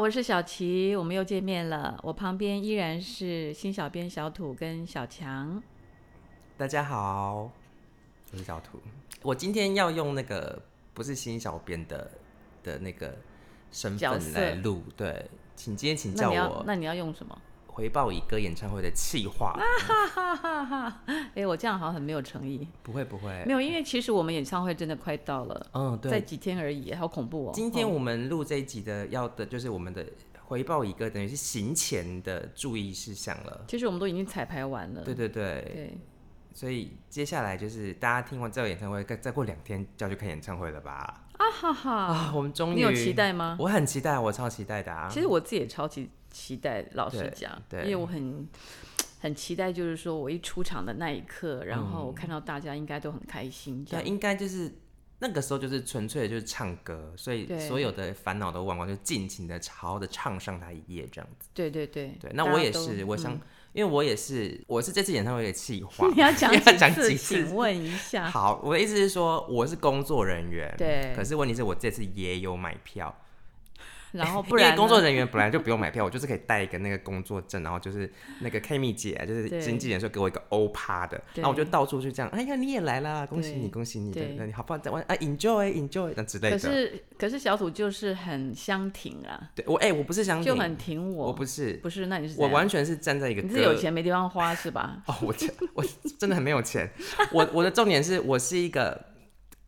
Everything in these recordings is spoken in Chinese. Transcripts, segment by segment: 我是小齐，我们又见面了。我旁边依然是新小编小土跟小强。大家好，我是小图。我今天要用那个不是新小编的的那个身角色份来录，对，请今天请那叫你要我那你要用什么？ 回报以歌演唱会的气话。哈哈哈哈！哎，我这样好像很没有诚 意。不会不会没，有，因为其实我们演唱会真的快到了，嗯，在对。几天而已，好恐怖哦。今天哦我们录这一集的要的就是我们的回报以歌，等于是行前的注意事项了。其实我们都已经彩排完了。对对对，对，所以接下来就是大家听完这个演唱会，再再过两天就要去看演唱会了吧？啊哈哈！啊，我们终于你有期待吗？我很期待，我超期待的啊！其实我自己也超级期待，老实对讲，对因为我很很期待，就是说我一出场的那一刻，然后嗯我看到大家应该都很开心，这对，样。应该就是那个时候就是纯粹的就是唱歌，所以对所有的烦恼都忘光，就尽情的好好的唱上它一夜这样子。对对对对，那大家我也都是，我想，嗯 。因为我也是，我是这次演唱会的企划你要讲 要几讲次？几次请问一下，好，我的意思是说，我是工作人员，对可是问题是我这次也有买票，然后不因为然工作呢人员本来就不用买票，我就是可以带一个那个工作证，然后就是那个 Kimi 姐啊，就是对经纪人说给我一个欧趴的，对然后我就到处去这样，哎呀你也来啦，恭喜对你恭喜你，对对，那你好棒，再玩啊 enjoy enjoy 那之类可的。是可是小土就是很相挺啊，对我哎、我不是想就你很挺我，我不是，不是，那你是我怎样完全是站在一个你歌是有钱没地方花是 吧？哦，我真我真的很没有钱。我我的重点是我是一个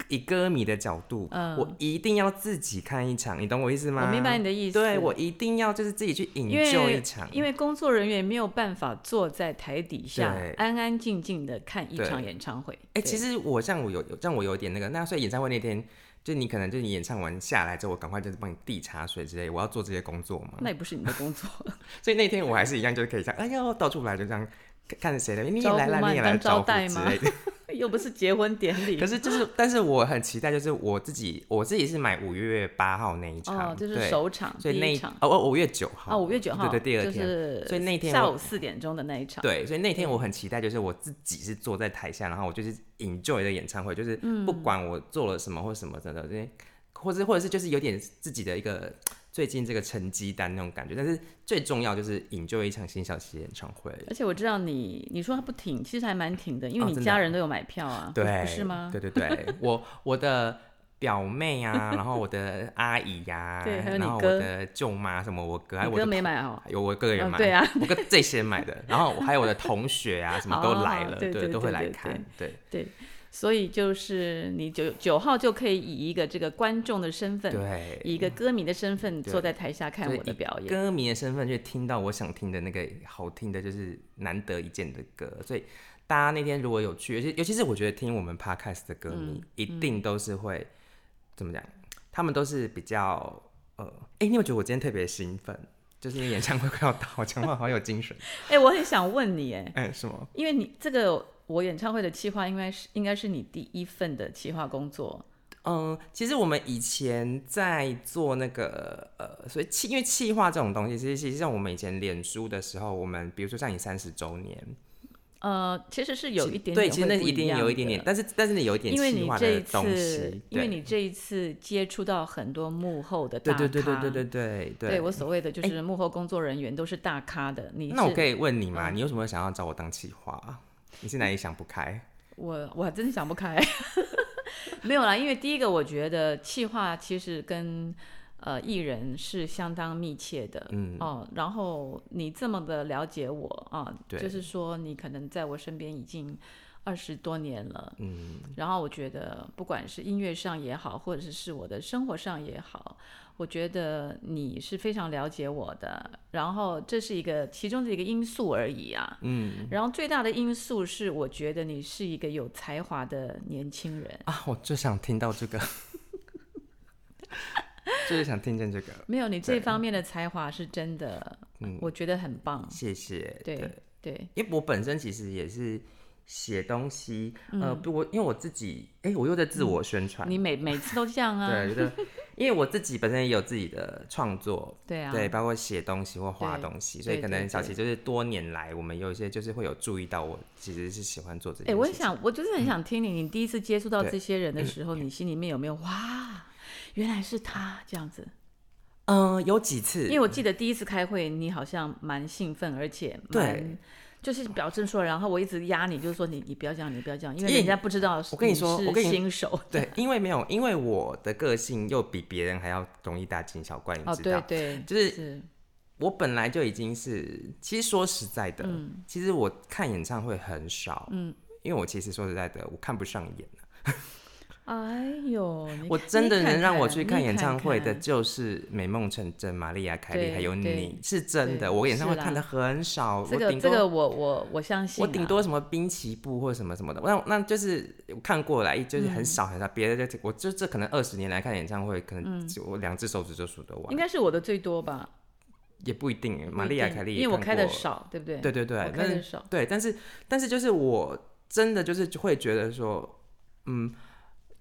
以歌迷的角度，嗯我一定要自己看一场，你懂我意思吗？我明白你的意思，对我一定要就是自己去因为 enjoy 一场，因为工作人员没有办法坐在台底下对安安静静的看一对场演唱会。哎、对其实我像我有有让我有点那个，那所以演唱会那天，就你可能就你演唱完下来之后，我赶快就是帮你递茶水之类，我要做这些工作嘛。那也不是你的工作， 所以那天我还是一样，就是可以这样，哎呦到处来就这样看看谁来，你也来招呼啦，吗你也来你当招招待呼之吗 类的。又不是结婚典礼。可是就是，但是我很期待，就是我自己我自己是买五月八号那一场，哦，就是对首场所以第那一一场哦哦五月九号啊，五月九号，对对，第二天。就是所以那天下我午四点钟的那一场，对，所以那天我很期待，就是我自己是坐在台下，然后我就是 enjoy 的演唱会，就是嗯不管我做了什么或什么真的，因为或者或者是就是有点自己的一个最近这个成绩单那种感觉，但是最重要就是 enjoy 一场新小琪的演唱会。而且我知道你，你说他不挺，其实还蛮挺的，因为哦你真的家啊人都有买票啊，不对，不是吗？对对对，我我的表妹啊，然后我的阿姨呀、 对还有你然后我哥的舅妈什么，我哥还有你我的哥没买哦，有我个人嗯买，对啊，我哥最先买的，然后我还有我的同学啊，什么都来哦了，对对都会对来对看，对对，所以就是你九九号就可以以一个这个观众的身份，对，以一个歌迷的身份对坐在台下看对我的以表演，歌迷的身份去听到我想听的那个好听的，就是难得一见的歌，所以大家那天如果有去，尤其尤其是我觉得听我们 podcast 的歌迷，一定都是会、怎么讲？他们都是比较呃，哎、你有没有觉得我今天特别兴奋？就是因为演唱会快要到，我讲话好有精神。 哎、我很想问你，哎，哎、什么？因为你这个我演唱会的企划，应该是应该是你第一份的企划工作，嗯，其实我们以前在做那个呃，所以气，因为气化这种东西，其实其实像我们以前脸书的时候，我们比如说像你三十周年，呃，其实是有一点点对，其实那会不一定样有一点点，的。但是但是你有一点因为气你化这的一东次西，，因为对你这一次接触到很多幕后的大对咖，对对对对对对对对。哎我所谓的就是幕后工作人员都是大咖的，你那我是可以问你吗？嗯你为什么会想要找我当企划啊？你是哪里想不开？我我还真想不开， 没有啦，因为第一个我觉得企划其实跟呃艺人是相当密切的，嗯哦，然后你这么的了解我啊，对就是说你可能在我身边已经二十多年了，嗯，然后我觉得不管是音乐上也好，或者是我的生活上也好，我觉得你是非常了解我的，然后这是一个其中的一个因素而已啊，嗯，然后最大的因素是我觉得你是一个有才华的年轻人，啊，我就想听到这个， 就是想听见这个。没有你这方面的才华是真的，嗯我觉得很棒，谢谢。对对，因为我本身其实也是写东西，呃，不，我因为我自己，哎、我又在自我宣传，嗯你每每次都这样啊，啊 对，就是因为我自己本身也有自己的创作，对啊，对，包括写东西或画对东西，所以对可对能小对琪就是多年来，我们有一些就是会有注意到我其实是喜欢做这哎、件事情。我很想，我就是很想听你，你第一次接触到嗯对这些人的时候，你心里面有没有哇，原来是他这样子？嗯、有几次，因为我记得第一次开会，你好像蛮兴奋，而且蛮对就是表证说，然后我一直压你，就是说你你不要这样，你不要这样，因为因为人家不知道我跟你说是我跟你新手对，因为没有，因为我的个性又比别人还要容易大惊小怪，你哦，知道。对对，就是是我本来就已经是，其实说实在的，嗯其实我看演唱会很少，嗯，因为我其实说实在的，我看不上眼。哎呦，你我看真的你看能让我看去看你演唱会的，看就是美梦成真、玛丽亚·凯莉对还有对你，是真对的。我演唱会是啦看的很少，我这个顶这个多我我我相信我啊，顶多什么滨崎步或什么什么的，那那就是我看过来，就是嗯很少很少。别的就我就这可能二十年来看演唱会，可嗯能就我两只手指就数得应完，该是我的最多吧，也不一定。不嗯玛一丽亚·定凯莉也因为我看开的过少，对不对？对对对我，开但的是少，对，但是但是就是我真的就是会觉得说，嗯，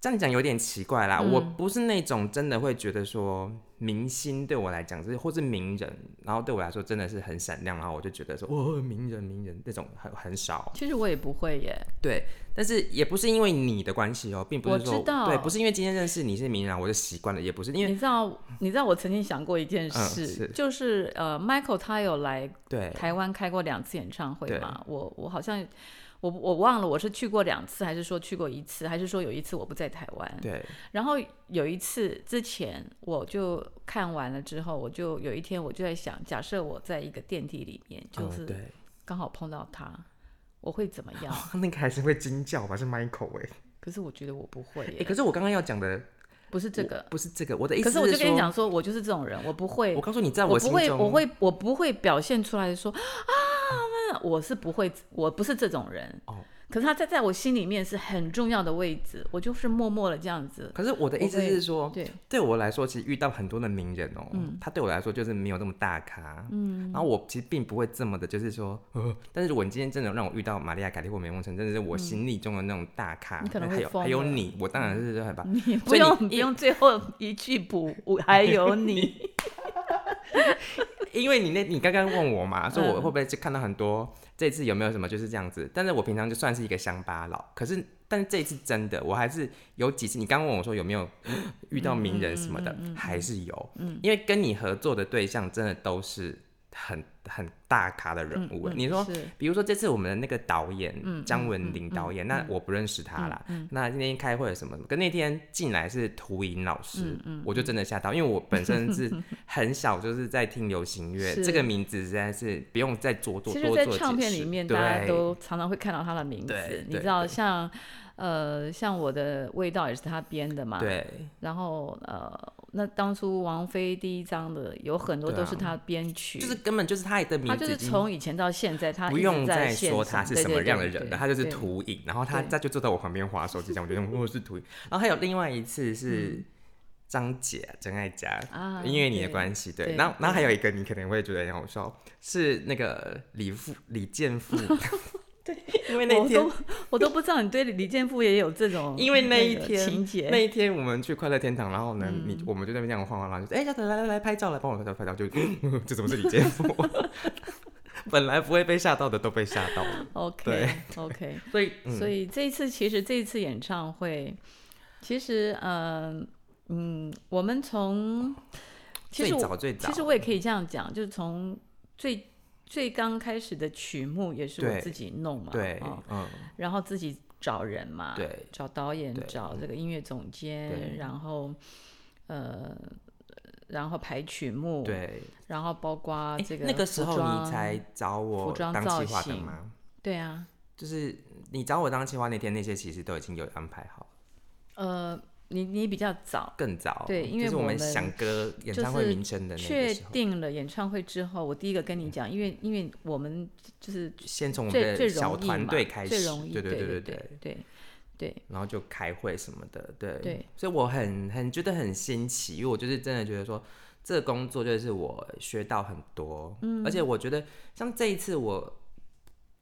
这样讲有点奇怪嗯啦。我不是那种真的会觉得说明星对我来讲，就是或是名人，然后对我来说真的是很闪亮，然后我就觉得说，哦，名人名人那种很很少。其实我也不会耶，对，但是也不是因为你的关系哦，并不我是说知道对，不是因为今天认识你是名人，我就习惯了，也不是因为你知道，你知道我曾经想过一件嗯事，是就是呃，Michael 他有来对台湾开过两次演唱会嘛，我我好像我我忘了我是去过两次，还是说去过一次，还是说有一次我不在台湾。对然后有一次之前我就看完了之后，我就有一天我就在想，假设我在一个电梯里面，就嗯是对， 刚好碰到他，我会怎么样？那个还是会惊叫吧，是 Michael 哎、可是我觉得我不会耶，哎、可是我刚刚要讲的不是这我个。不是这个，我的意思可是我就跟你说讲说，我就是这种人，我不会我，告诉你，在我心不中，会，我会，我不会表现出来说啊，我是不会，我不是这种人。哦可是他在在我心里面是很重要的位置，我就是默默的这样子。可是我的意思我会是说，对，对我来说，其实遇到很多的名人哦，嗯他对我来说就是没有那么大咖，嗯，然后我其实并不会这么的，就是说，呃，但是如果你今天真的让我遇到玛利亚·凯莉或梅梦辰，真的是我心里中的那种大咖，嗯你可能会还有疯还有了嗯你，我当然是很怕，你不所以用，不用最后一句补， 我还有你。因为你那你刚刚问我嘛，说我会不会就看到很多这次有没有什么就是这样子，但是我平常就算是一个乡巴佬，可是但是这一次真的，我还是有几次，你刚问我说有没有遇到名人什么的，还是有，因为跟你合作的对象真的都是很很大咖的人物，你说。嗯是比如说这次我们的那个导演、嗯张文玲导演，那我不认识他啦。那那天开会什么什么，跟那天进来是涂莹老师，嗯我就真的吓到，因为我本 身是很小就是在听流行乐，是这个名字实在是不用再做多其多实，做在解唱片里释面，对大家都常常会看到他的名字对。你对知道，对像呃，像我的味道也是他编的嘛。。对然后呃，那当初王菲第一张的有很多对啊都是他编曲，就是根本就是他的名他就字已是经。从以前到现在，他不一直用在再线说他上是对什对么样的对人对了，他就是对秃影，然后他对他就坐在我旁边划手机，这样我就用哦我是秃影。然后还有另外一次是张姐真爱家嗯啊，因为你的对关系，对对，然后然后还对有一个你可能会觉得很好笑，是那个李富李健 富，对， 因为 那我天都我都不知道你对李健富也有这种 因为那一个天情节嗯那一天我们去快乐天堂，然后呢，你我们就在那边这样晃晃，然后就说：“哎、小等来来来拍照，来帮我拍照拍照。就” 这怎么是李健富？ 本来不会被吓到的都被吓到了， OK 对 OK，所以、 嗯、 所以这一次其实这一次演唱会，其实嗯嗯，我们从其最实我早最早，其实我也可以这样讲，就是从最最刚开始的曲目也是我对自己弄嘛，对，哦啊嗯，然后自己找人嘛，对，找导演对，嗯找这个音乐总监，对然后呃，然后排曲目，，对。然后包括诶啊这个那个时服候装你才找我服装当造企划的型吗？对啊，就是你找我当企划那天，那些其实都已经有安排好，呃，你你比较早更早。对因为就是我我们想歌演唱就会是名称的那确个时候，定了演唱会之后，我第一个跟你讲，因为因为我们就是先从我最们最的小容易团嘛，队开始，最容易，对对对对对。对对然后就开会什么的，对，对所以我很很觉得很新奇，因为我就是真的觉得说这个工作就是我学到很多，嗯，而且我觉得像这一次我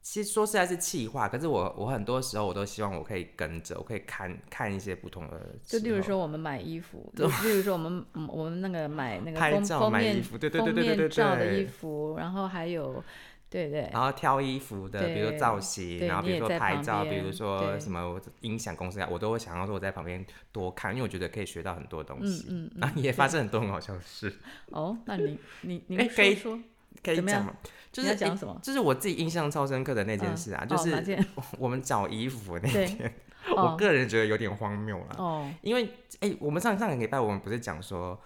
其实说实在是气话，可是我我很多时候我都希望我可以跟着，我可以看看一些不同的，就例如。说哦我们买衣 服，就例如说我们嗯我们那个买那个拍封照封买面衣服对对对对对封面照的对衣服，然后还有对对，然后挑衣服的，比如说对造型，对然后你比如也说在拍旁照，比边如说对什么音响公司啊，我都会想要说我在旁边多看，因为我觉得可以学到很多东西。嗯嗯然后 也发生很多很好笑的事，哦，那你你你哎们可以说说，可以怎么样讲吗？就你是要讲一什么就是我自己印象超深刻的那件嗯事啊，哦就哪是件我们找衣服 那对天，我哦个人觉得有点荒谬啦。哦，因为哎、我们上上个礼拜我们不是讲说，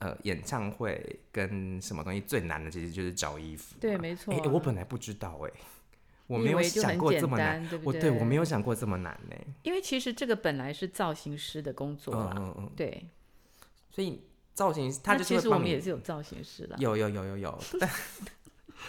呃，演唱会跟什么东西最难的其实就是找衣服嘛。对，没错哎、啊、哎我本来不知道哎、我你没以有为就想很过简这么难。单对不我对？对我没有想过这么难呢、因为其实这个本来是造型师的工作嗯啦，嗯嗯，对，所以造型师他啊那就是其会实我帮们你也是有造型师啦，有有有有有，但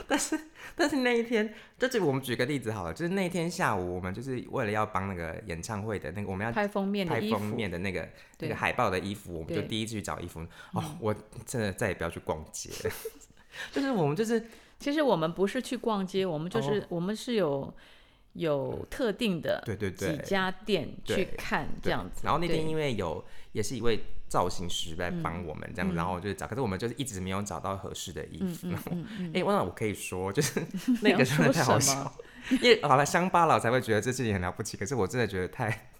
但是但是那一天，就是我们举个例子好了，就是那一天下午，我们就是为了要帮那个演唱会的那个我们要拍封面的拍衣封服，面的那个那对个海报的衣服，我们就对嗯第一次去找衣服。哦，我真的再也不要去逛街了， 就是我们就是其实我们不是去逛街，我哦们就是、我们是有有特定的嗯对对几对家店去对看呃这对样子。然后那天对嗯因为有也是一位造型师来帮我们这样，然后就是找，可是我们就是一直没有找到合适的衣嗯服。然后 哎，我那我可以说，就是 那要个真的说太好什么笑 了，因为好了乡巴佬才会觉得这事情很了不起，可是我真的觉得太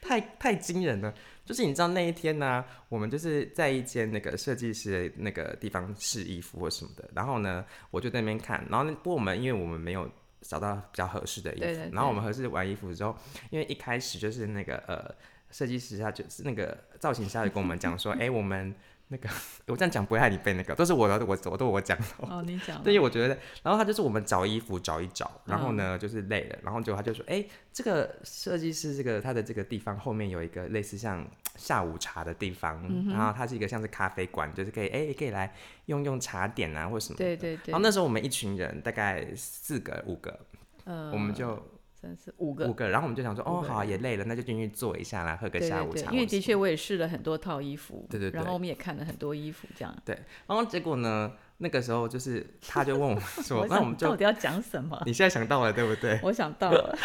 太太惊人了。就是你知道那一天呢、我们就是在一间那个设计师的那个地方试衣服或什么的，然后呢，我就在那边看，然后那不过我们因为我们没有找到比较合适的衣服，对对对然后我们合适完衣服之后，因为一开始就是那个呃设计师他就是那个造型师他就跟我们 讲说，哎、我们那个 我这样讲不会害你被那个，都是我的我我都我讲的。哦，你讲了对，因为我觉得，然后他就是我们找衣服找一找，然后嗯呢、就是累了，然后结果他就说，哎、这个设计师这个他的这个地方后面有一个类似像下午茶的地方，嗯然后它是一个像是咖啡馆，就是可以哎、可以来用用茶点啊或什么的。对对对然后，那时候我们一群人大概四个五个，呃，我们就真是五个五个，然后我们就想说，五哦，个好啊、也累了，那就进去坐一下啦，喝个对下对午对茶，因为或什的么确我也试了很多套衣服，对对对然后我们也看了很多衣服，这样。对，然后结果呢，那个时候就是他就问我们 说，那想我们到就底要讲什 么？你现在想到了对不对？我想到了，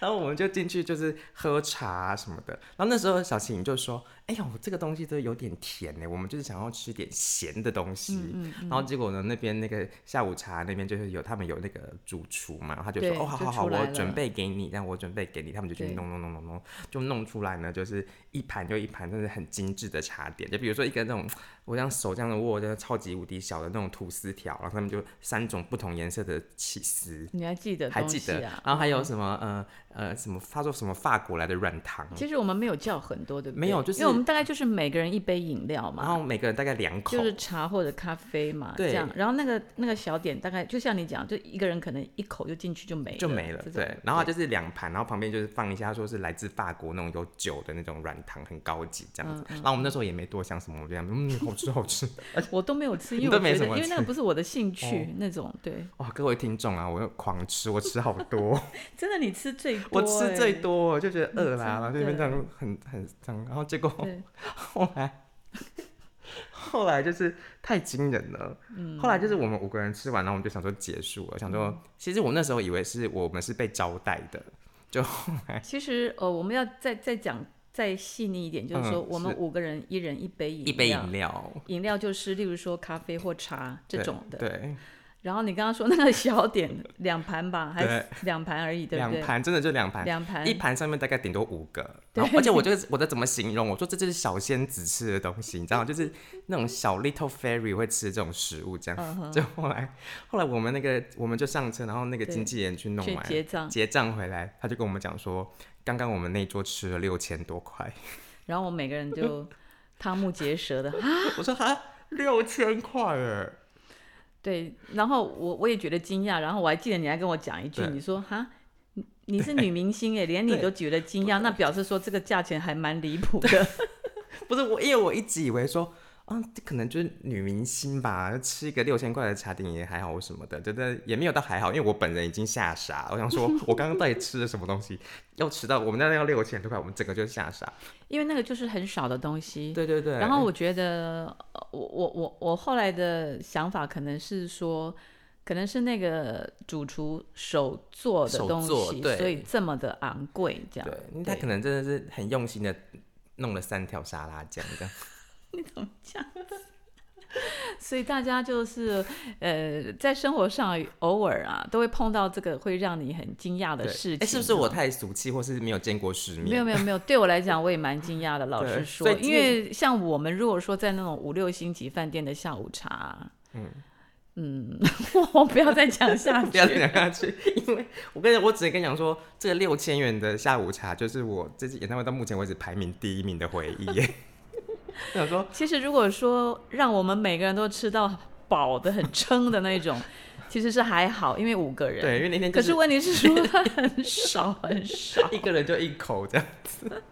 然后我们就进去就是喝茶、啊、什么的。然后那时候小晴就说：“哎呦，这个东西都有点甜呢，我们就是想要吃点咸的东西。嗯然后结果呢，那边那个下午茶那边就是有他们有那个主厨嘛，然后他就说：“对哦，好就好好，出来我了准备给你，让我准备给你。”他们就去对弄弄弄弄弄，就弄出来呢，就是一盘又一盘，真的很精致的茶点。就比如说一个那种我这样手这样的握，就是超级无敌小的那种吐司条，然后他们就三种不同颜色的起司。你还记得还东记西得，嗯啊？然后还有什么呃呃什么，他说什么法国来的软糖，其实我们没有叫很多，对不对？没有就是因为我们大概就是每个人一杯饮料嘛，然后每个人大概两口，就是茶或者咖啡嘛，对这样。然后那个那个小点大概就像你讲，就一个人可能一口就进去就没了，就没了。这种对，然后就是两盘，然后旁边就是放一下，说是来自法国那种有酒的那种软糖，很高级这样子。嗯然后我们那时候也没多想什么，我们就这样，嗯，好吃好吃。 我都没有吃，你因为都我没觉什得么因为那吃哦个不是我的兴趣那种，对，哇，各位听众啊，我又狂吃，我吃好 多，真的你吃最多，我吃最哎。多，就觉得饿啦，真的然后就那边这样很很这样，然后结果对，后来， 后来就是太惊人了。嗯后来就是我们五个人吃完，然后我们就想说结束了，想说其实我那时候以为是我们是被招待的，其实呃，我们要再再讲再细腻一点，就是嗯说我们是五个人一人一杯饮料，一杯饮料饮料就是例如说咖啡或茶这对种的。对，然后你刚刚说那个小点两盘吧，还对是两盘而已，对不两对？盘真的就两盘。两盘一盘上面大概顶多五个，然后而且我就是我在怎么形容？我说这就是小仙子吃的东西，你知道吗？就是那种小 little fairy 会吃这种食物，这嗯样。就后来后来我们那个我们就上车，然后那个对经纪人去弄去完，结账，结账回来，他就跟我们讲说，刚刚我们那一桌吃了六千多块。然后我们每个人就瞠目结舌的， 啊 我说哈，六千块哎，对。然后我我也觉得惊讶，然后我还记得你还跟我讲一句，对你说哈。你你是女明星哎，连你对都觉得惊讶，那表示说这个价钱还蛮离谱的。不是我，因为我一直以为说。啊，这可能就是女明星吧，吃一个六千块的茶点也还好什么的，觉得也没有到还好，因为我本人已经吓傻，我想说， 我刚刚到底吃了什么东西，要吃到我们那要六千多块，我们整个就吓傻。 因为那个就是很少的东西。对对对，然后我觉得，呃我我我我后来的想法可能是说，可能是那个主厨手做的手东做西，对所以这么的昂贵，这样。对，他对可能真的是很用心的弄了三条沙拉酱这样。你怎么这样？所以大家就是呃，在生活上偶尔啊，都会碰到这个会让你很惊讶的对事情。啊哦哎是不是我？太俗气，或是没有见过世面？没有没有没有，对我来讲我也蛮惊讶的。老实对所说，以因为像我们如果说在那种五六星级饭店的下午茶，嗯 嗯，我不要再讲下 不去要再讲下去，因为我跟你我只能跟你讲说，这个六千元的下午茶就是我这次演唱会到目前为止排名第一名的回忆耶。 我想说，其实如果说让我们每个人都吃到饱的、很撑的那种，其实是还好，因为五个人。对，因为那天就可是问题是说它很少很 少。一个人就一口这样 子，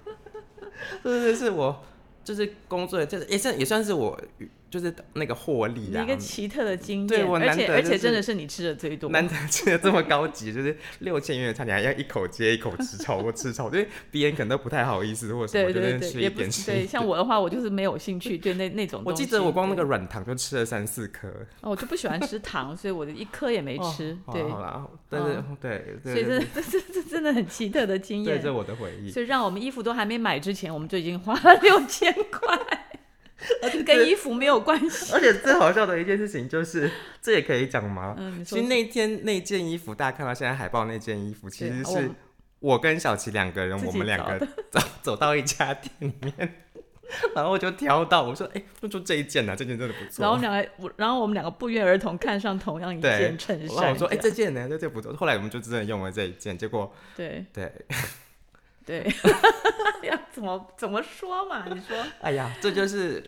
这真的是我就是工作的，就是也算也算是我就是那个获利你啊一。个奇特的经对验，我而且难得而就且是真的是你吃的最多，难得吃的这么高级，就是六千元的餐，你还要一口接一口吃超过吃超过，因为别人可能都不太好意思，或者什对么，对就对，是吃也一不点是吃一对。点。像我的话，我就是没有兴趣对那那种我东西。记得我光那个对，软糖就吃了三四颗，哦我就不喜欢吃糖，所以我就一颗也没哦哎吃。好啦对，嗯好啦，但是、对，所以对这这这这真的很奇特的经对，这是验。我的回忆。所以让我们衣服都还没买之前，我们就已经花了六千 块，哦跟衣服没有关系。而且最好笑的一件事情就是，这也可以讲吗？嗯，你其说实那天那件衣服，大家看到现在海报那件衣服，其对啊实我是们我跟小琪两个人，自我己们两找个走走到一家店里面，然后我就挑到，我说：“哎、就就这一件呐、这件真的不错。”然后我们两个，我然后我们两个不约而同看上同样一对件衬然后衫。我说：“哎、这这件呢？这件不错。”后来我们就真的用了这一件，结果样对对， 对，要怎么怎么说嘛？你说。哎呀，这就是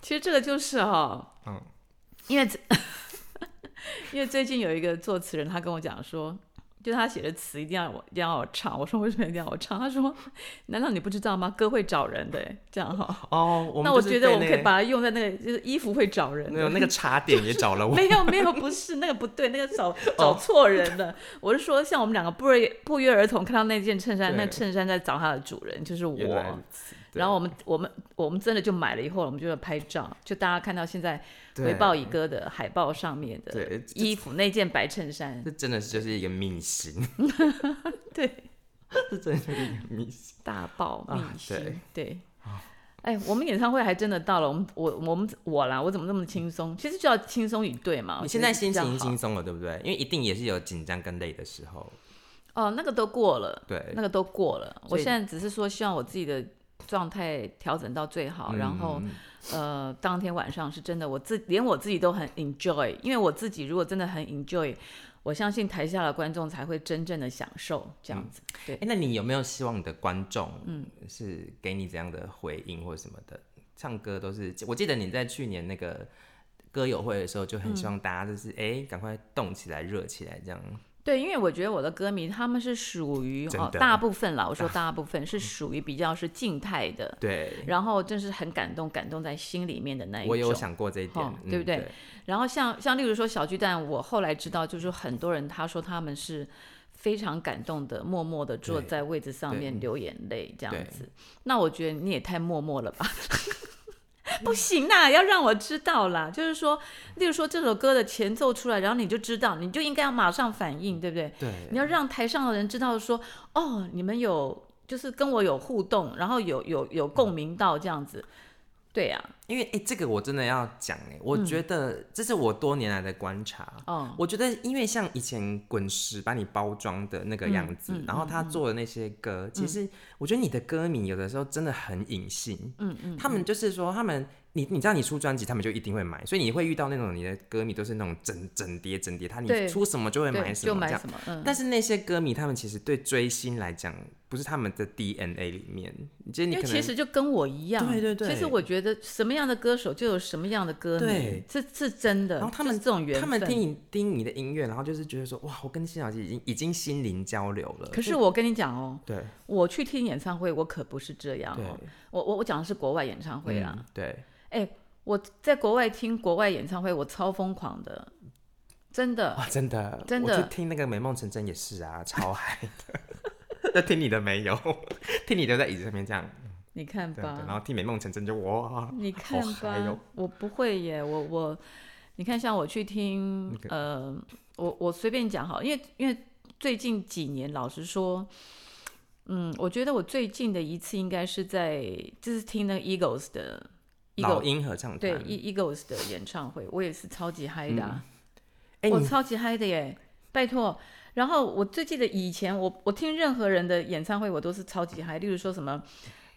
其实这个就是哦，嗯，因为 因为最近有一个作词人，他跟我讲说，就他写的词一定要我一定要我唱，我说为什么一定要我唱？他说，难道你不知道吗？歌会找人的，这样哈、哦，我们那我就是觉得被我们那可以个把它用在那个，就是衣服会找人没有的。那个茶点也找了 我，没有没有，不是那个不对，那个 哦找找错人了。我是说，像我们两个不约不约而同看到那件衬衫，那对衬衫在找它的主人，就是我。原来如此对然后我们我们我们真的就买了以后，我们就要拍照，就大家看到现在对回报乙哥的海报上面的对这衣服那件白衬衫，这真的是就是一个秘辛， 对，这真的是一个秘辛。大爆啊秘辛，对啊对。哎，我们演唱会还真的到了，我们我我们我啦，我怎么那么轻松？其实就要轻松以对嘛。我你觉现得哦在是心这样情好轻松了，对不对？因为一定也是有紧张跟累的时候，哦，那个都过了，对那个都过了。我所以现在只是说，希望我自己的状态调整到最好，嗯然后呃，当天晚上是真的，我自连我自己都很 enjoy，因为我自己如果真的很 enjoy，我相信台下的观众才会真正的享受这样子。哎、那你有没有希望你的观众，嗯，是给你怎样的回应或什么的？唱歌都是，我记得你在去年那个歌友会的时候，就很嗯希望大家就是哎，赶、快动起来、热起来这样。对，因为我觉得我的歌迷他们是属于真哦，的嗯大部分啦，我说大部分是属于比较是静态的，对，然后真是很感动，感动在心里面的那一种。我有想过这一点，哦嗯对不对对？然后像像例如说小巨蛋，我后来知道，就是很多人他说他们是非常感动的，默默的坐对在位置上对面流眼泪这样对子。那我觉得你也太默默了吧。 不行啦，要让我知道啦。就是说，例如说这首歌的前奏出来，然后你就知道，你就应该要马上反应，对不对？对你要让台上的人知道说，哦，你们有就是跟我有互动，然后有有有共鸣到这样子。对啊呀、因为哎、这个我真的要讲哎、我嗯觉得这是我多年来的观察。哦，我觉得，因为像以前滚石把你包装的那个样子，嗯嗯然后他做的那些歌，其实我觉得你的歌迷有的时候真的很隐性，嗯嗯，他们就是说，他们你你知道你出专辑，他们就一定会买，所以你会遇到那种你的歌迷都是那种整整叠整叠，他你对出什么就会对，买什就么这买样。什么，嗯。但是那些歌迷，他们其实对追星来讲，不是他们的 DNA 里面，就是你因为可其能实就跟我一样，对对对其实我觉得什么样的歌手就有什么样的歌迷对，这是真的。然后他们就是这种缘分，他们听你听你的音乐，然后就是觉得说，哇，我跟辛晓琪已经已经心灵交流了。可是我跟你讲哦，对我去听演唱会，我可不是这样对哦。我我我讲的是国外演唱会啊啦。嗯对，我在国外听国外演唱会，我超疯狂的，真的。哇，真的真的我去听那个《美梦成真》也是啊，超嗨 的。那听你的没有， 听你的在椅子上面这样，你看对对，然吧，后听《美梦成真》就哇，你看啊好嗨吧哟，我不会耶，我我，你看像我去听那，个呃，我我随便讲好，因为因为最近几年，老实说，嗯，我觉得我最近的一次应该是在就是听那个 Eagles 的老 Eagle 鹰合唱团，对 E Eagles 的演唱会，我也是超级嗨的、啊，哎、我你超级嗨的耶，拜托。然后我最记得以前我我听任何人的演唱会，我都是超级嗨，例如说什么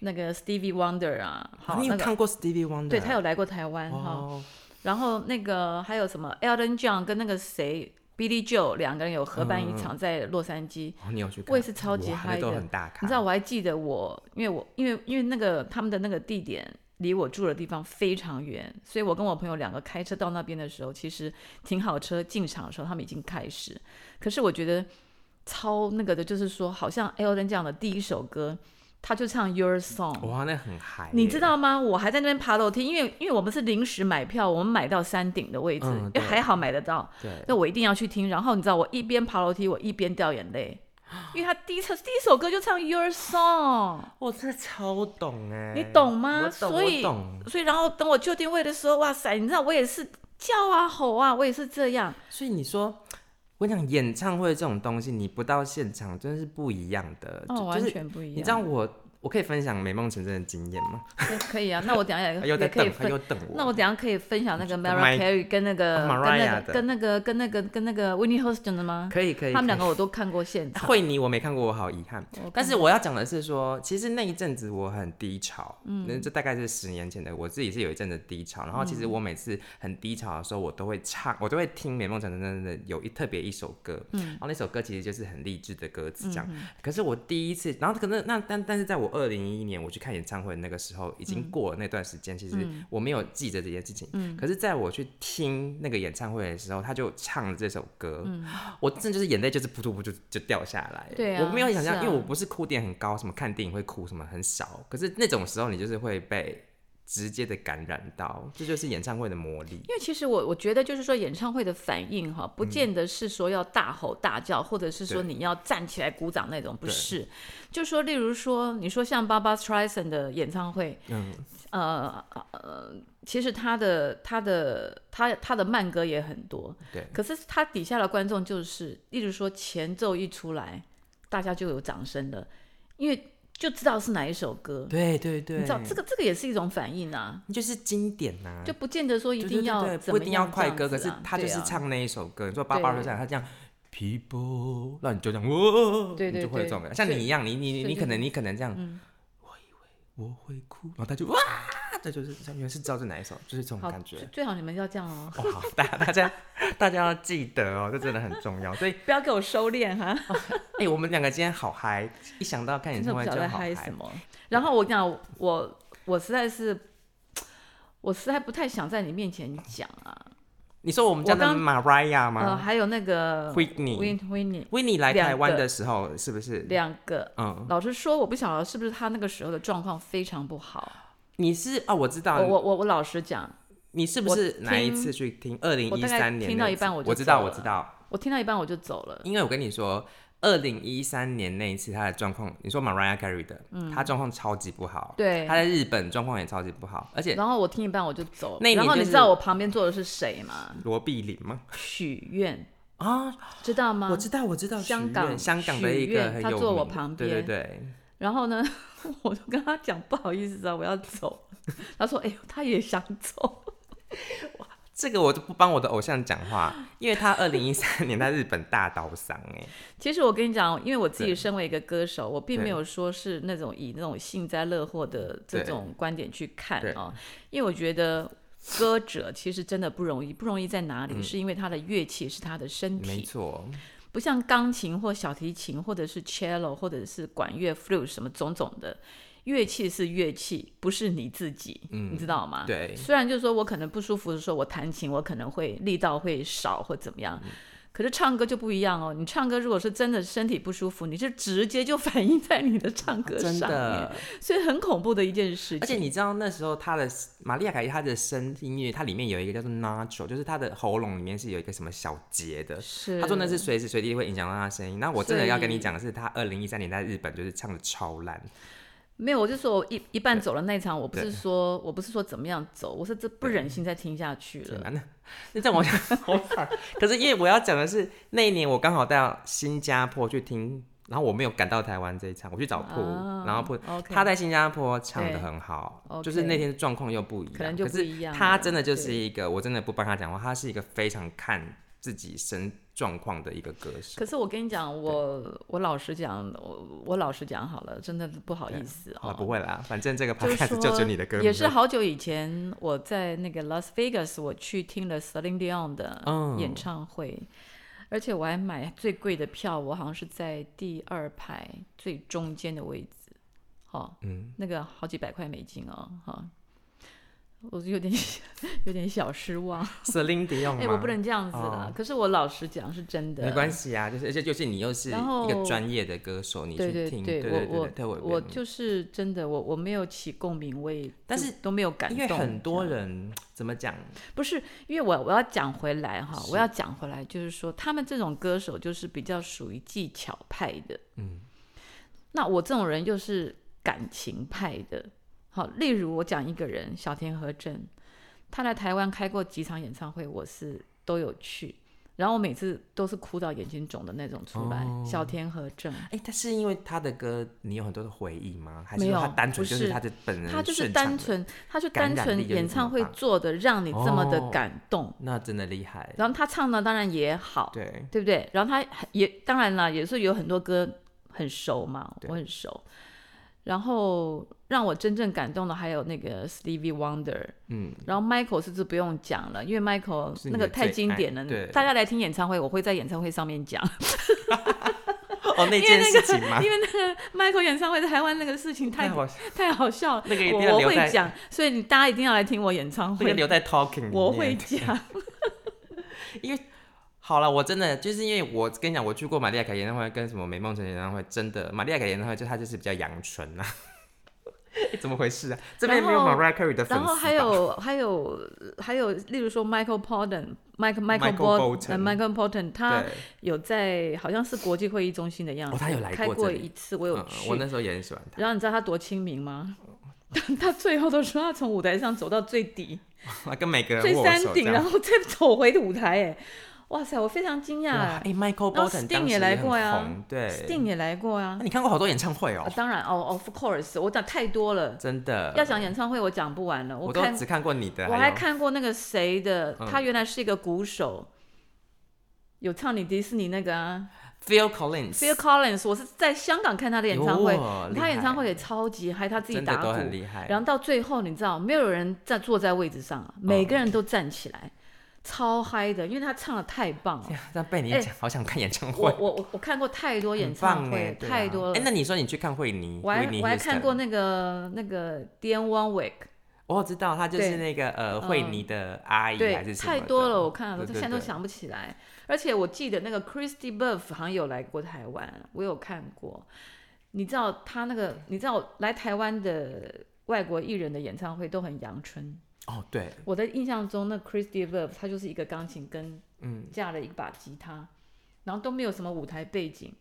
那个 Stevie Wonder 啊，好你那有个看过 Stevie Wonder？对他有来过台湾哈、哦，然后那个还有什么 Elton John 跟那个谁 Billy Joe 两个人有合办一场在洛杉矶，哦你有去看？我也是超级哇那嗨都的很大咖。你知道我还记得我，因为我因为因为那个他们的那个地点离我住的地方非常远，所以我跟我朋友两个开车到那边的时候，其实停好车进场的时候，他们已经开始。可是我觉得超那个的，就是说，好像 Elton 这样的第一首歌，他就唱 Your Song，哇，那很嗨耶，你知道吗？我还在那边爬楼梯，因为因为我们是临时买票，我们买到山顶的位置，嗯哎对还好买得到。对，那我一定要去听。然后你知道，我一边爬楼梯，我一边掉眼泪，因为他第一首第一首歌就唱 Your Song，我真的超懂哎，你哦懂吗我懂所以我懂，所以然后等我就定位的时候，哇塞，你知道我也是叫啊吼啊，我也是这样。所以你说。我想演唱会这种东西，你不到现场真的是不一样的，哦，呃就完就是全不一样。你知道我我可以分享美梦成真的经验吗？可可以啊？那我 等一下他也又在也可以等，他分。又等我。那我等一下可以分享那个 Mariah My- Carey 跟那个哦 Mariah 的跟那个跟那个跟那个跟那个 Whitney Houston 的吗？可以可以，他们两可个我都看过现以 场。惠妮我没看过，我好遗憾。我但看是我要讲的是说，其实那一阵子我很低潮，嗯，这大概是十年前的，我自己是有一阵子低潮。然后其实我每次很低潮的时候，我都会唱，我都会听《美梦成真》的有一特别一首歌，嗯，然后那首歌其实就是很励志的歌词这样。可是我第一次，然后可能那但但是在我二零一一年我去看演唱会那个时候，已经过了那段时间，其实我没有记着这件事情。可是在我去听那个演唱会的时候，他就唱了这首歌，我真的就是眼泪就是扑通扑就就掉下来。对啊我没有想象，是啊因为我不是哭点很高，什么看电影会哭什么很少，可是那种时候你就是会被直接的感染到，这就是演唱会的魔力。因为其实我我觉得就是说，演唱会的反应哈，不见得是说要大吼大叫，或者是说嗯对你要站起来鼓掌那种，不对是。就说例如说，你说像 Baba Streisand 的演唱会，嗯，呃呃，其实他的他的他他的慢歌也很多，对，可是他底下的观众就是，例如说前奏一出来，大家就有掌声了，因为就知道是哪一首歌。对对对，你知道这个这个也是一种反应啊，就是经典呐、就不见得说一对定要对对对怎不么一定要样快这歌，样可子是啊他就对是啊唱那一首歌。你说八八对二三，他这样 people，那你就这样哇，对对你就会有对这种感觉。像所以你一样，你你所以就你可是嗯能你可能这样，我以为我会哭，然后他就哇，这就是原来是知道是哪一首，就是这种好感觉最。最好你们要这样哦，哇，好大大家大家要记得哦，这真的很重要。所以，不要给我收敛哈，哎、我们两个今天好嗨，一想到看真 演的唱不会晓就得在好嗨嗨。什么。然后我跟你讲我我实在是，我实在不太想在你面前讲啊。你说我们家我的刚 Mariah 呃，吗还有那个？Whitney，Whitney Win Winnie 来两台湾个的时候是不是？两个，嗯，老实说，我不晓得是不是他那个时候的状况非常不好。你是哦，我知我道，我我我老实讲，你是不我是哪一听次去听？二零我一大概三年听到那一半次我就我知道，走我了知道，我听到一半我就走了。因为我跟你说，二零一三年那一次他的状况，你说 Mariah Carey 的，他状况超级不好，嗯对他，在日本状况也超级不好，而且然后我听一半我就走那了。一年然后就你是知道我旁边坐的是谁吗？罗碧玲吗？许愿，啊，知道吗？我知道，我知道，香许愿港香港的许一个愿很他有坐我名旁对对边对，然后呢， 我就跟他讲不好意思啊，我要走。 他说：“哎、呦，他也想走。 这个我就不帮我的偶像讲 话，因为他二零一三年在日本大倒嗓哎，”其实我跟你讲，因为我自己对身为一个歌手，我并对没有说是那种以那种幸灾乐祸的这对种观点去看对哦，因为我觉得歌者其实真的不容易，不容易在哪里？嗯是因为他的乐器是他的身没体，错，不像钢琴或小提琴，或者是 cello，或者是管乐、flute 什么种种的。乐器是乐器，不是你自己，嗯你知道吗？对，虽然就是说我可能不舒服的时候，我弹琴我可能会力道会少或怎么样，嗯可是唱歌就不一样哦。你唱歌如果是真的身体不舒服，你是直接就反映在你的唱歌上面，真的。所以很恐怖的一件事情。而且你知道那时候他的玛利亚凯莉她的声音乐，它里面有一个叫做 nacho，就是她的喉咙里面是有一个什么小结的。是他说那是随时随地会影响到他的声音。那我真所的以要跟你讲的是，他二零一三年在日本就是唱的超烂，没有，我就说我一一半走了那一场，我不对是说我不是说怎么样走，我是这不忍心再听下去真了。的。那 那这样我 想好惨。可是因为我要讲的是，那一年我刚好到新加坡去听然后我没有赶到台湾这一场，我去找破屋，啊然后破 OK 他在新加坡唱的很好，对就是 OK 那天状况又不一样，可能就不一样了是他真的就是对一个，我真的不帮他讲话，他是一个非常看自己身状况的一个歌手。可是我跟你讲，我我老实讲，我我老实讲好了，真的不好意思哦好了，。啊不会啦，反正这 个就是 podcast 说就只有你的歌名也是了好久以前，我在那个 Las Vegas，我去听了 Celine Dion 的嗯演唱会，而且我还买最贵的票，我好像是在第二排最中间的位置，哦，嗯，那个好几百块美金哦，哈、我有点 有点小失望， Celine Dion 哎、吗？我不能这样子啦。哦可是我老实讲，是真的，没关系啊，就是而且就是你又是一然后个专业的歌手，你对去对听，对对我对，对我我我就是真的，我我没有起共鸣，我也但就是都没有感因动，为很多这样人怎么讲，不是因为我我要讲回来哈，是我要讲回来就是说，他们这种歌手就是比较属于技巧派的，嗯，那我这种人又是感情派的。好，例如我讲一个人小田和正，他来台湾开过几场演唱会，我是都有去，然后我每次都是哭到眼睛肿的那种出来。哦小田和正，哎，但是因为他的歌，你有很多的回忆吗？还是没说他有单纯不就是是他的本人？他就是单，纯，他就感单染力纯有演那么唱会大做的让你这么的哦感动，那真的厉害。然后他唱的当然也好，对，对不对？然后他也当然啦，也是有很多歌很熟嘛，对我很熟。然后让我真正感动的还有那个 Stevie Wonder， 嗯，然后 Michael 是不是不用讲了，因为 Michael 是你那的个太最经爱典了对，大家来听演唱会，我会在演唱会上面讲，哦，那件事情 吗？因为那个 Michael 演唱会在台湾那个事情太好， 太好笑了，那个一定我要我留会在讲，所以你大家一定要来听我演唱那个会，留在 talking 里我会面 讲，好了，我真的就是因为我跟你讲，我去过玛利亚凯演唱会跟什么美梦成演唱会，真的玛利亚凯演唱会就她就是比较阳春啊。 怎么回事啊？这边没有然后 Mariah Carey 的粉然丝吧。后还有还有还有，例如说 Michael Bolton。Michael Michael Bol- Bolton 呃 Michael Bolton，他对，有在好像是国际会议中心的样子，哦他有来过开过这里一次，我我有去。我那时候也很喜欢然后你知道他多亲民吗？ 他他最后都说他从舞台上走到最底、他，跟每个人最握山手这顶，然样。后再走回舞台，哎，哇塞，我非常惊讶哇，哎、哎。 m i c h a e l 然后 Bolton Sting 当时也来很过呀红对 Sting 也来过啊那，你看过好多演唱会哦啊，当然哦，of course，我讲太多了，真的。要讲演唱会我讲不完了，呃我都看只看过你的，我还有看过那个谁的，嗯他原来是一个鼓手，有唱你迪士尼那个啊， Phil Collins Phil Collins，我是在香港看他的演唱会，哟厉他害演唱会也超级嗨，他自己真的打都很鼓，厉害。哦然后到最后你知道，没有人在坐在位置上啊，每个人都站起来，超嗨的，因为他唱的太棒了。天啊这样被你哎讲，好想看演唱我会，我我我看过太多演很棒唱哎会，，对啊太多了哎，。那你说你去看惠妮，我还惠妮我还 Houston 看过，那个那个 Dion Warwick，我知道她就对是嗯那个呃惠妮的阿姨还对，是什么太的哦多了，我看了，我对现在对都对想不起来。而且我记得那个 Christy Buff 好像有来过台湾，我有看过。你知道他那个，你知道来台湾的外国艺人的演唱会都很阳春。哦，对，我的印象中，那 Christy Buff 他就是一个钢琴跟嗯，架了一把吉他，然后都没有什么舞台背景。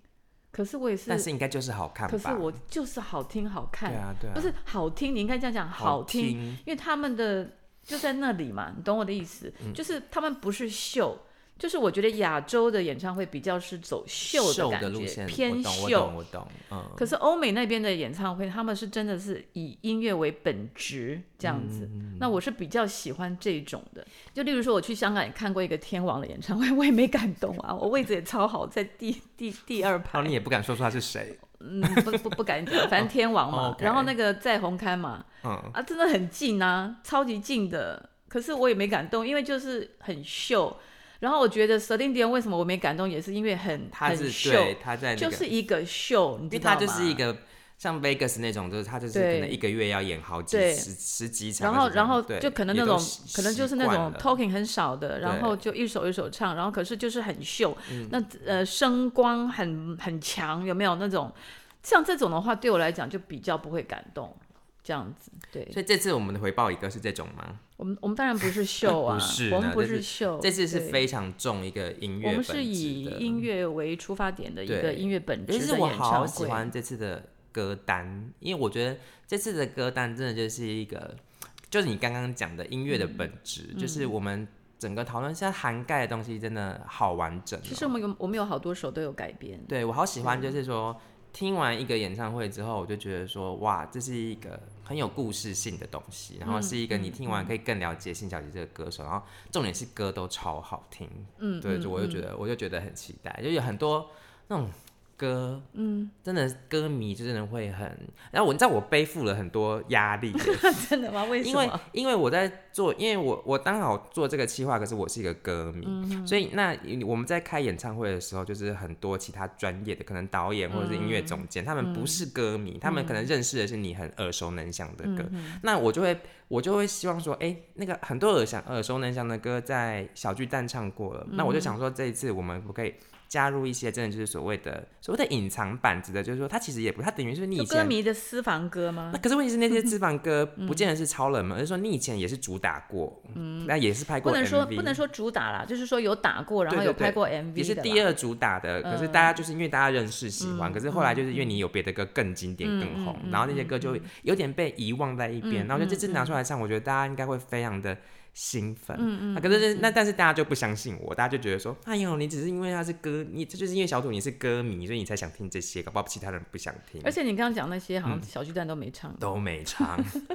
可是我也是，但是应该就是好看吧？可是我就是好听好看，对啊对啊，不是好听，你应该这样讲，好听。听，因为他们的就在那里嘛，你懂我的意思，嗯就是他们不是秀，就是我觉得亚洲的演唱会比较是走秀秀感的觉，路线，偏我懂我懂秀。我懂，嗯，可是欧美那边的演唱会，他们是真的是以音乐为本职这样嗯子。那我是比较喜欢这种的，就例如说我去香港也看过一个天王的演唱会，我也没感动啊，我位置也超好，在第第第二排然后。哦你也不敢说出他是谁，嗯，不不不敢讲，反正天王嘛。哦，OK 然后那个在红磡嘛，嗯，啊，真的很近啊，超级近的。可是我也没感动，因为就是很秀。然后我觉得《蛇定点》为什么我没感动，也是因为很他很是秀，对他在那就个是一个秀，你因知为他道吗？就是一个像 Vegas 那种，就是他就是对可能一个月要演好几对十十几场然那后种，然后对就可能也那都种习可能就是那种习惯了 talking 很少的，然后就一首一首唱，然后可是就是很秀，嗯那呃声光很很强，有没有那种？像这种的话，对我来讲就比较不会感动，这样子。对，所以这次我们的回报一个是这种吗？我们我们当然不是秀啊， 不是我呢们不这是是秀，这次是对非常重一个音我乐本们质是以的音，乐为出发点的一个对音乐本尤质其是的我演好唱喜会。欢这次的歌单，因为我觉得这次嗯的歌单真的就是一个，就是你刚刚讲的音乐的本质，就是我们整个讨论现在涵盖的东西真的好完整哦、其实我们有我们有好多首都有改编，对我好喜欢，就是说听完一个演唱会之后，我就觉得说，哇，这是一个很有故事性的东西，嗯然后是一个你听完可以更了解辛晓琪这个歌手，然后重点是歌都超好听，嗯，对，嗯就我 就觉得我就觉得很期待，就有很多那种歌，嗯，真的歌迷就真的会很，然后我你知道我背负了很多压力耶，真的吗？为什因为么？因为我在做，因为我我刚好做这个企划，可是我是一个歌迷，嗯所以那我们在开演唱会的时候，就是很多其他专业的，可能导演或者是音乐总嗯监，他们不是歌迷，他们可能认识的是你很耳熟能详的歌，嗯那我就会我就会希望说，哎、那个很多耳详耳熟能详的歌在小巨蛋唱过了，嗯那我就想说这一次我们可不可以。加入一些真的就是所谓的所谓的隐藏版，指的就是说它其实也不，它等于是你以嗯就前歌迷的私房歌吗那？可是问题是那嗯些脂肪歌不见得是超冷门，而是说你以前也是主打过，那也是拍嗯不过 MV，能说不能说主打啦，就是说有打过，然后对有对对拍过 MV 也是的第啦。嗯二主打的。可是大家就是因为大家认识喜欢，可是后来就是因为你有别的歌更经典嗯更红，然后那些歌就有点被遗忘在一边。然嗯后就这次拿出来唱，我觉得大家应该会非常的。兴奋，嗯嗯，可是就是那但是大家就不相信我，大家就觉得说，哎呦，你只是因为他是歌，你这就是因为小土你是歌迷，所以你才想听这些，搞不好其他人不想听。而且你刚刚讲那些，嗯好像小巨蛋都没唱。都没唱，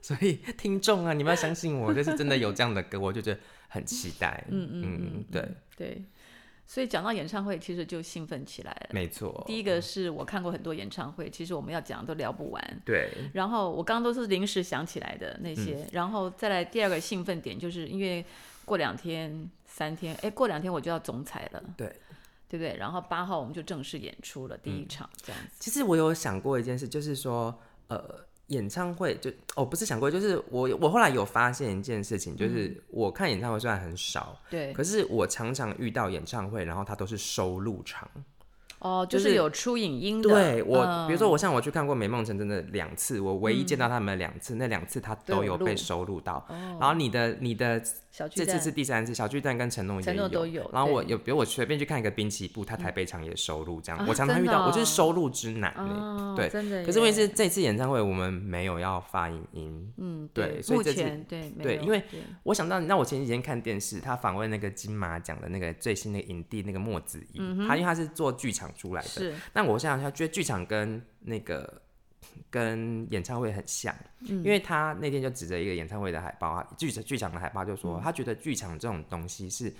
所以听众啊，你们要相信我，就是真的有这样的歌，我就觉得很期待。嗯嗯嗯，对，对，所以讲到演唱会，其实就兴奋起来了。没错，第一个是我看过很多演唱会，其实我们要讲都聊不完。对，然后我刚刚都是临时想起来的那嗯些，然后再来第二个兴奋点，就是因为过两天、三天，哎，过两天我就要总裁了，对对不对？然后八号我们就正式演出了第嗯一场，这样子。其实我有想过一件事，就是说，呃，演唱会就哦，不是想过，就是我我后来有发现一件事情，就是我看演唱会虽然很少，对，可是我常常遇到演唱会，然后它都是收录场。哦，就就是是有出影音的，对我，嗯比如说我像我去看过梅梦辰真的两次，我唯一见到他们两次，那两次他都都有有录被收录哦到。然后你的你的小巨这次蛋是第三次，小巨蛋跟承诺也承诺都有然后我对嗯有，比如我随便去看一个滨崎步，他台北场也收录这样。啊我常常真遇的到，我哦就是收录之男欸、哦，对真的耶。可是问题是，这次演唱会我们没有要发影音。嗯，对对，所以目这次前对没对有因为对我想到，那我前几天看电视，他访问那个金马奖的那个最新的影帝那个莫子仪，嗯他因为他是做剧场出来的，是那我想想一下，觉得剧场跟那个跟演唱会很像，嗯因为他那天就指着一个演唱会的海报啊，剧剧场的海报就嗯说，他觉得剧场这种东西是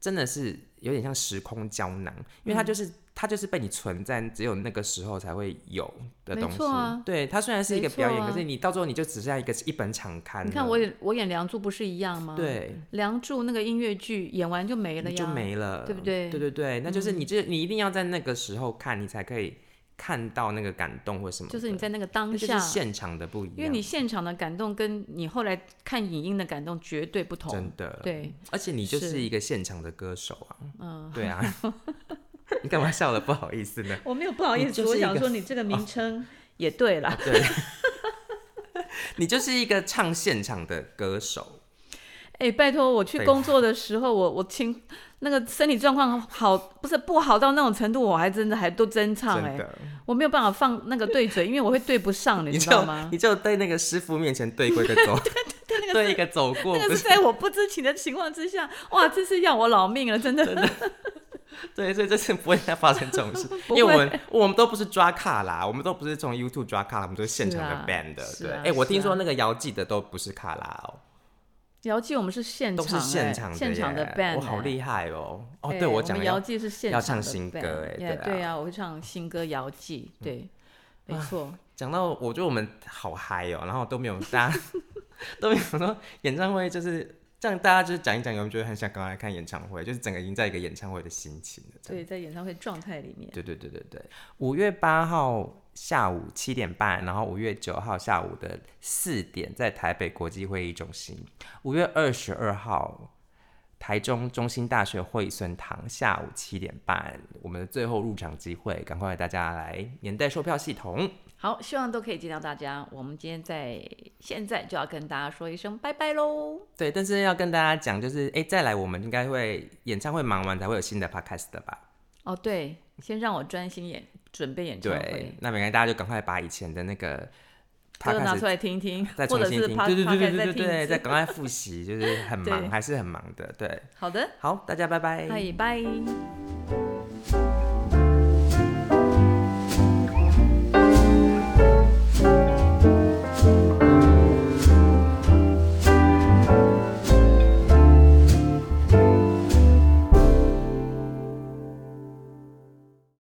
真的是有点像时空胶囊，嗯因为它就是、它就是被你存在只有那个时候才会有的没东西。错啊对，它虽然是一个没错表演，啊可是你到最后你就只剩下一个一本场刊了。你看我演我演《梁祝》不是一样吗？，对。 《梁祝》那个音乐剧演完就没了呀，就没了，对不对嗯对对对，那就是你这、你一定要在那个时候看，你才可以看到那个感动或什么的。就是你在那个当那下就是，现场的不一样，因为你现场的感动跟你后来看影音的感动绝对不同真。的，对，而且你就是是一个现场的歌手啊，嗯，对啊， 你干嘛笑了？不好意思呢，我没有不好意你思，就是我一想个啊说你这个名称也对啦。对，你就是一个唱现场的歌手，哎、拜托，我去废工作的时候，我我亲那个身体状况好，不是不好到那种程度，我还真的还都真唱哎、真的，我没有办法放那个对嘴，因为我会对不上，你你知就道吗？你就对那个师傅面前对过一个 走， 对一个走过，那不个是是在我不知情的情况之下，哇，这是要我老命了，真的。对，所以这次不会再发生这种 ，事不会因为我们我们都不是抓卡啦，我们都不是从 YouTube 抓卡啦，我们都是现场是啊的 band 的，是对，啊哎，我是听说啊那个姚记的都不是卡拉哦。姚记我们是现都场、欸，是现场的现场的耶 band，、我好厉害哦！哦，哎对我讲们了姚要记是现要场唱的新歌 band，哎 yeah，对啊对啊，我会唱新歌姚记，对，没错，讲到，我觉得我们好嗨哦，然后都没有 大家都没有说演唱会就是这样，大家就是讲一讲，有没有觉得很想赶快来看演唱会？就是整个已经在一个演唱会的心情了。这样对，在演唱会状态里面，对对对对对，五月八号下午七点半，然后五月九号下午的四点，在台北国际会议中心；五月二十二号，台中中心大学惠孙堂下午七点半，我们的最后入场机会，赶快大家来年代售票系统，好，希望都可以见到大家。我们今天在现在就要跟大家说一声拜拜喽。对，但是要跟大家讲，就是哎，再来我们应该会演唱会忙完才会有新的 podcast 的吧？哦，对，先让我专心演准备演唱对会，，那没关系，大家就赶快把以前的那个歌拿 podcast 出来听听，再或重者新是听，趴对对趴对开对对听对一对，再次。赶快复习，就是很对忙，还是很忙的，对。好的，好，大家拜拜。嗨，拜。